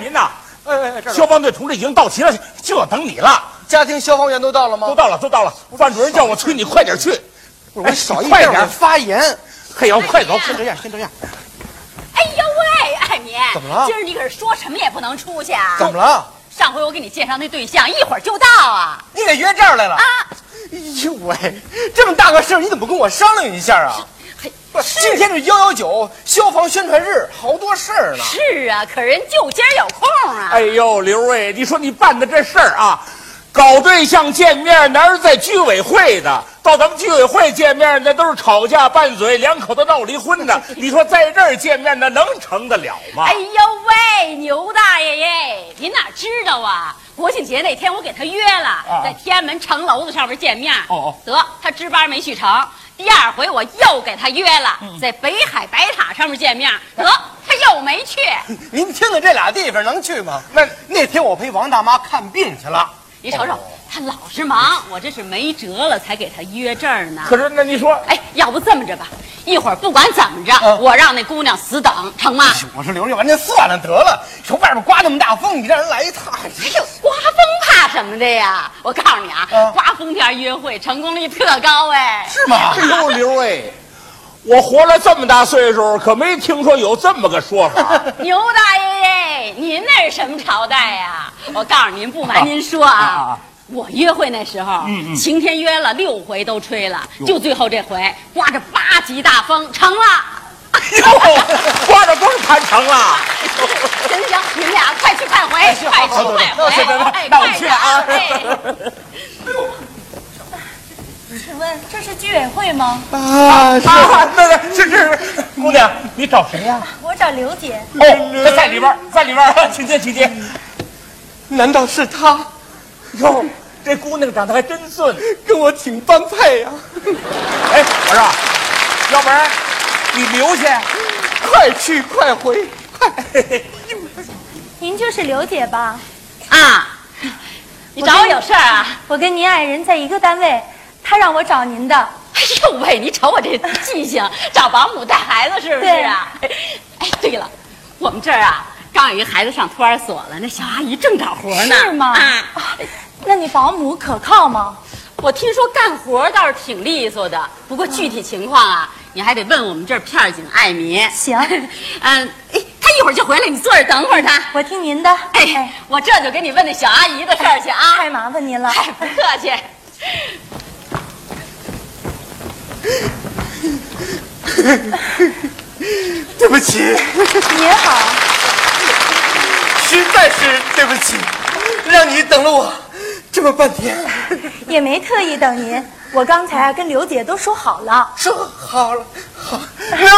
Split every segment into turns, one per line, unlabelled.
您呐，呃，哎这儿
哎消防队同志已经到齐了，就等你了。
家庭消防员都到了
都
吗？
到了，都到了。范主任叫我催你快点去。哎
不是，我少一
快
点
点
我发炎。
嘿，要快走，
先这样，先这样。
哎呦喂，爱民，
怎么了
今儿你可是说什么也不能出去啊！
怎么了？
上回我给你介绍那对象，一会儿就到啊！
你给约这儿来了？
啊，
哎呦喂，这么大个事儿，你怎么不跟我商量一下啊？
嘿，
不是，今天是幺幺九消防宣传日，好多事儿呢。
是啊，可人就今儿有空啊！
哎呦，刘卫，你说你办的这事儿啊，搞对象见面哪是在居委会的？到咱们居委会见面，那都是吵架拌嘴，两口子闹离婚 的。你说在这儿见面，那能成得了吗？
哎呦喂，牛大爷耶！您哪知道啊？国庆节那天我给他约了，
啊
在天安门城楼子上面见面。
哦哦
得他值班没去成。第二回我又给他约了，
嗯
在北海白塔上面见面。得他又没去。
您听听这俩地方能去吗？
那
那天我陪王大妈看病去了，
你瞅
哦
瞅，他老是忙，我这是没辙了才给他约这儿呢。
可是那你说，
哎，要不这么着吧，一会儿不管怎么着，
嗯
我让那姑娘死等，成吗？
哎我说刘瑞完这算了得了，说外边刮那么大风，你让人来一趟，
哎呦，刮风怕什么的呀？我告诉你啊，
嗯
刮风天儿约会成功率特高哎。
是吗？
哎呦，刘卫，我活了这么大岁数，可没听说有这么个说 法。
牛大爷耶，您那是什么朝代呀？我告诉您，不瞒您说啊。我约会那时候，晴天约了六回都吹了，就最后这回刮着八级大风成了。
哟，刮着风谈成了。
行行行，你们俩快去快回，快去
那
快
行那
回
行，
哎
那我
快
去了啊
点儿哎
请问这是居委会吗？
啊，是
啊，那个是是，姑娘，你找谁呀、
我找刘姐。
哦，他在里边儿，在里边
啊
儿，请进，请进。
难道是他
哟，这姑娘长得还真俊。
跟我挺般配呀、
哎，我说，要不然你留下。
快去快回，快！
您就是刘姐吧？
啊，你找我有事儿啊？
我跟您爱人在一个单位，他让我找您的。
哎呦喂，你瞅我这记性，找保姆带孩子是不是啊？哎，对了，我们这儿啊，刚有一孩子上托儿所了，那小阿姨正找活呢。
是吗
啊，
那你保姆可靠吗？
我听说干活倒是挺利索的，不过具体情况啊，你还得问我们这儿片儿警艾民。
行
嗯，哎，他一会儿就回来，你坐着等会儿他。
我听您的。
哎，，我这就给你问那小阿姨的事儿去啊。
太麻烦您了。
哎，不客气。
对不起，
您好，
实在是对不起，让你等了我这么半天。
也没特意等您。我刚才啊跟刘姐都说好了，
这好了，好刘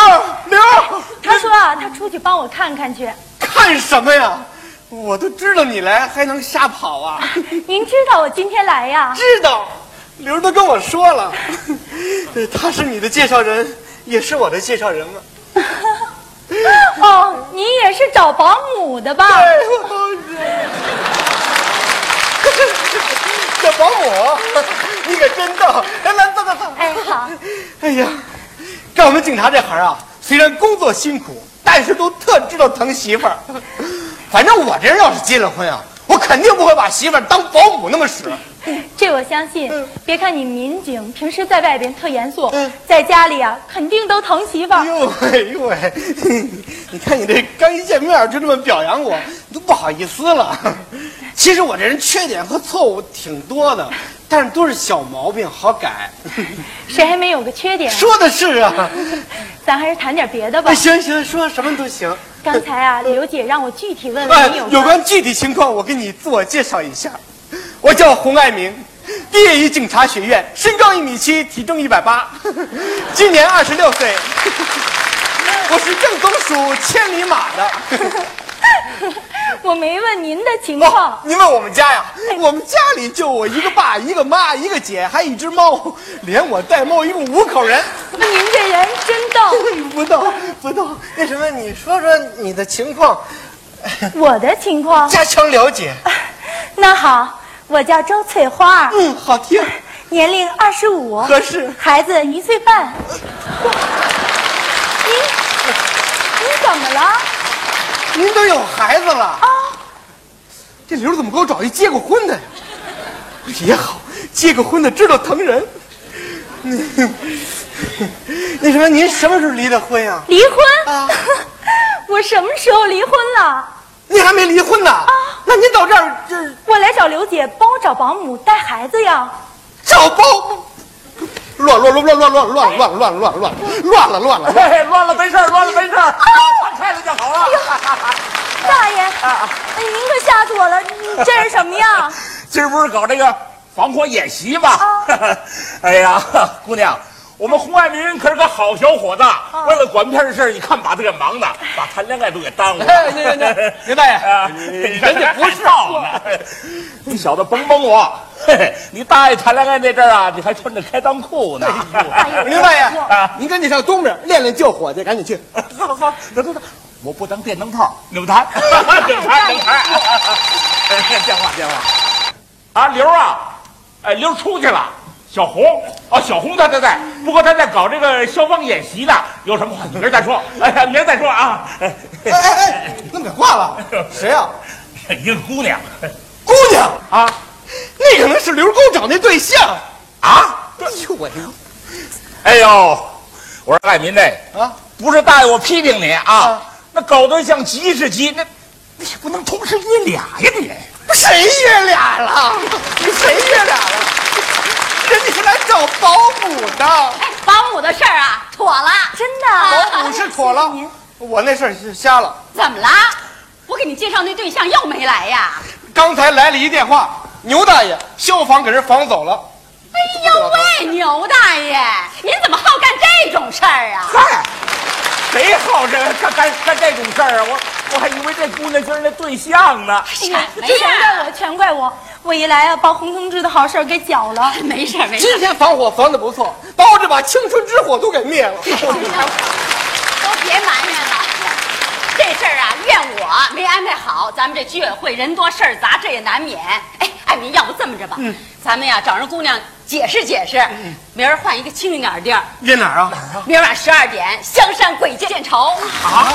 刘，
嗯
她说啊她出去帮我看看去。
看什么呀？我都知道你来，还能瞎跑啊？
您知道我今天来呀？
知道，刘儿都跟我说了， 呃他是你的介绍人，也是我的介绍人嘛。
哦，您也是找保姆的吧？
哎，
嗯
我都是。 这保姆，你可真逗！来来，坐坐坐。
哎，好，
哎呀，干我们警察这行啊，虽然工作辛苦，但是都特知道疼媳妇儿。反正我这人要是结了婚啊，我肯定不会把媳妇儿当保姆那么使。
这我相信。别看你民警平时在外边特严肃，
嗯
在家里啊肯定都疼媳妇
哎
儿。
呦喂，呦喂，你看你这刚一见面就这么表扬我，你都不好意思了。其实我这人缺点和错误挺多的，但是都是小毛病，好改。
谁还没有个缺点？
说的是啊，
咱还是谈点别的吧
哎，。行行，说什么都行。
刚才啊，刘姐让我具体问
哎
问你，有
有关具体情况，我给你自我介绍一下。我叫洪爱明，毕业于警察学院，身高一米七，体重一百八，今年二十六岁。 我是正宗属千里马的。
我没问您的情况。
您哦问我们家呀？我们家里就我一个爸、一个妈、一个姐，还一只猫，连我带猫一共五口人。
您这人真逗。
不逗，不逗。那什么，你说说你的情况，
我的情况，
加强了解。
那好，我叫周翠花儿，
嗯，好听，
年龄二十五，
合适。呃
孩子一岁半。你你怎么了？
您都有孩子了
啊，
这刘怎么给我找一结过婚的呀？也好，结过婚的知道疼人。 那什么，您什么时候离的婚呀、
离婚？
啊
我什么时候离婚了？
您还没离婚呢？那您到这儿这儿
我来找刘姐帮我找保姆带孩子呀。
找包，乱乱乱乱乱乱乱乱乱乱乱了乱了。
嘿，乱了没事儿，乱了没事儿，放开了就好 了。
大爷，哎，您可吓死我了！你这是什么呀？
今儿不是搞这个防火演习吗？
啊
哎呀，姑娘，我们红爱民人可是个好小伙子，
啊
为了管片的事儿，你看把他给 忙的，把谈恋爱都给耽误了。
哎，那那 那，刘大爷，
啊，人家不是呢，你小子甭蒙我，嘿嘿，你大爷谈恋爱那阵儿啊，你还穿着开裆裤呢。
刘大爷，您赶紧上东边练练救火去，赶紧去。
好好，得得得，我不当电灯泡，你们谈，你们谈，你们谈。电话电话，啊，刘啊，哎，刘出去了。小红，哦，小红她在在，不过她在搞这个消防演习呢，有什么话你明儿再说，哎呀，明儿再说啊。
哎哎哎，你怎么给挂了？谁呀、
一个姑娘
姑娘，
啊
那可能是刘工长那对象。
啊，
哎呦我的
哎呦，我说爱民这
啊！
不是大爷，我批评你啊，
啊
那搞对象急是急，那你也不能同时约俩呀你。
谁爷俩了？谁爷俩了？人家是来找保姆的，
哎，保姆的事儿啊，妥了。
真
啊
的？
保姆是妥了。我那事儿是瞎了。
怎么了？我给你介绍那对象又没来呀？
刚才来了一电话，牛大爷，消防给人防走了。
哎呦喂，牛大爷，您怎么好干这种事儿啊？
嗨，谁好这干干干这种事儿啊？我我还以为这姑娘今儿那对象呢。
什么呀？
全怪我，全怪我！我一来啊，把洪同志的好事儿给搅了。
没事儿没事
今天防火防的不错，把我这把青春之火都给灭了。
儿，都别埋怨了。这事儿啊，怨我没安排好。咱们这居委会人多事儿杂，这也难免。哎，艾民，要不这么着吧，咱们呀找人姑娘解释解释，明儿换一个清静点儿的地儿，
约哪儿啊？
明儿晚十二点，香山鬼见见愁。
啊，